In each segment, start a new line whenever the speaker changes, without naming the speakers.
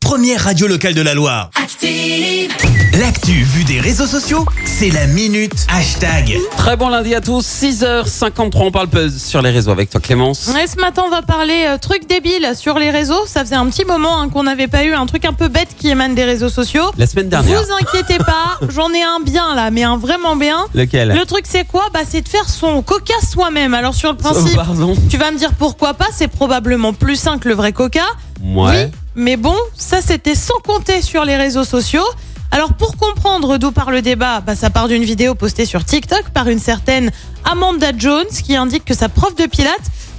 première radio locale de la Loire.
Active.
L'actu vue des réseaux sociaux, c'est la minute hashtag.
Très bon lundi à tous, 6h53, on parle buzz sur les réseaux avec toi Clémence.
Ouais, ce matin, on va parler euh, trucs débiles sur les réseaux. Ça faisait un petit moment hein, qu'on n'avait pas eu un truc un peu bête qui émane des réseaux sociaux.
La semaine dernière.
Vous inquiétez pas, j'en ai un bien là, mais un vraiment bien.
Lequel
Le truc, c'est quoi Bah, c'est de faire son coca soi-même. Alors, sur le
Oh,
principe,
pardon.
tu vas me dire pourquoi pas, c'est probablement plus sain que le vrai coca.
Ouais.
Oui, mais bon, ça c'était sans compter sur les réseaux sociaux. Alors pour comprendre d'où part le débat, bah, ça part d'une vidéo postée sur TikTok par une certaine Amanda Jones qui indique que sa prof de pilates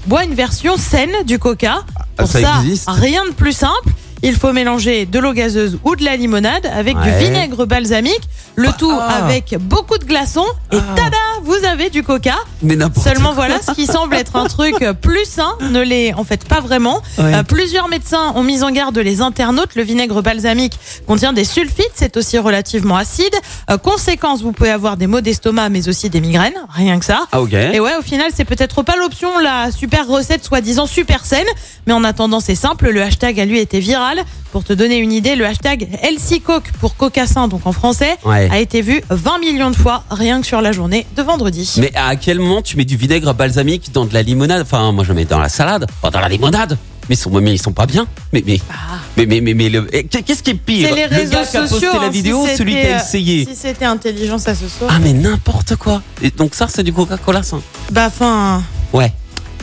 boit une version saine du coca.
Ah,
Pour
ça
ça,
existe
rien de plus simple. Il faut mélanger de l'eau gazeuse ou de la limonade avec du
Ouais.
vinaigre balsamique, le tout
ah.
avec beaucoup de glaçons et
Ah.
tada, vous avez du coca.
Mais n'importe
Seulement voilà, ce qui semble être un truc euh, plus sain ne l'est en fait pas vraiment.
Ouais.
Euh, plusieurs médecins ont mis en garde les internautes. Le vinaigre balsamique contient des sulfites, c'est aussi relativement acide. Euh, conséquence, vous pouvez avoir des maux d'estomac, mais aussi des migraines, rien que ça.
Ah ok.
Et ouais, au final, c'est peut-être pas l'option, la super recette soi-disant super saine. Mais en attendant, c'est simple, le hashtag a lui été viral. Pour te donner une idée, le hashtag LCCoc pour coca sain, donc en français,
Ouais.
a été vu 20 millions de fois rien que sur la journée de vendredi.
Mais à quel moment tu mets du vinaigre balsamique dans de la limonade Enfin, moi je mets dans la salade, pas dans la limonade. Mais ils sont, mais ils sont pas bien. Mais mais
Ah.
mais mais mais, mais le- eh, qu'est-ce qui est pire
C'est les
Le gars
réseaux
qui a
sociaux.
posté la
hein, si
vidéo, ou celui qui
c'était,
a
euh,
essayé.
Si c'était intelligent, ça se sauve.
Ah mais n'importe quoi. Et donc ça c'est du Coca-Cola ça.
Bah, enfin.
Ouais.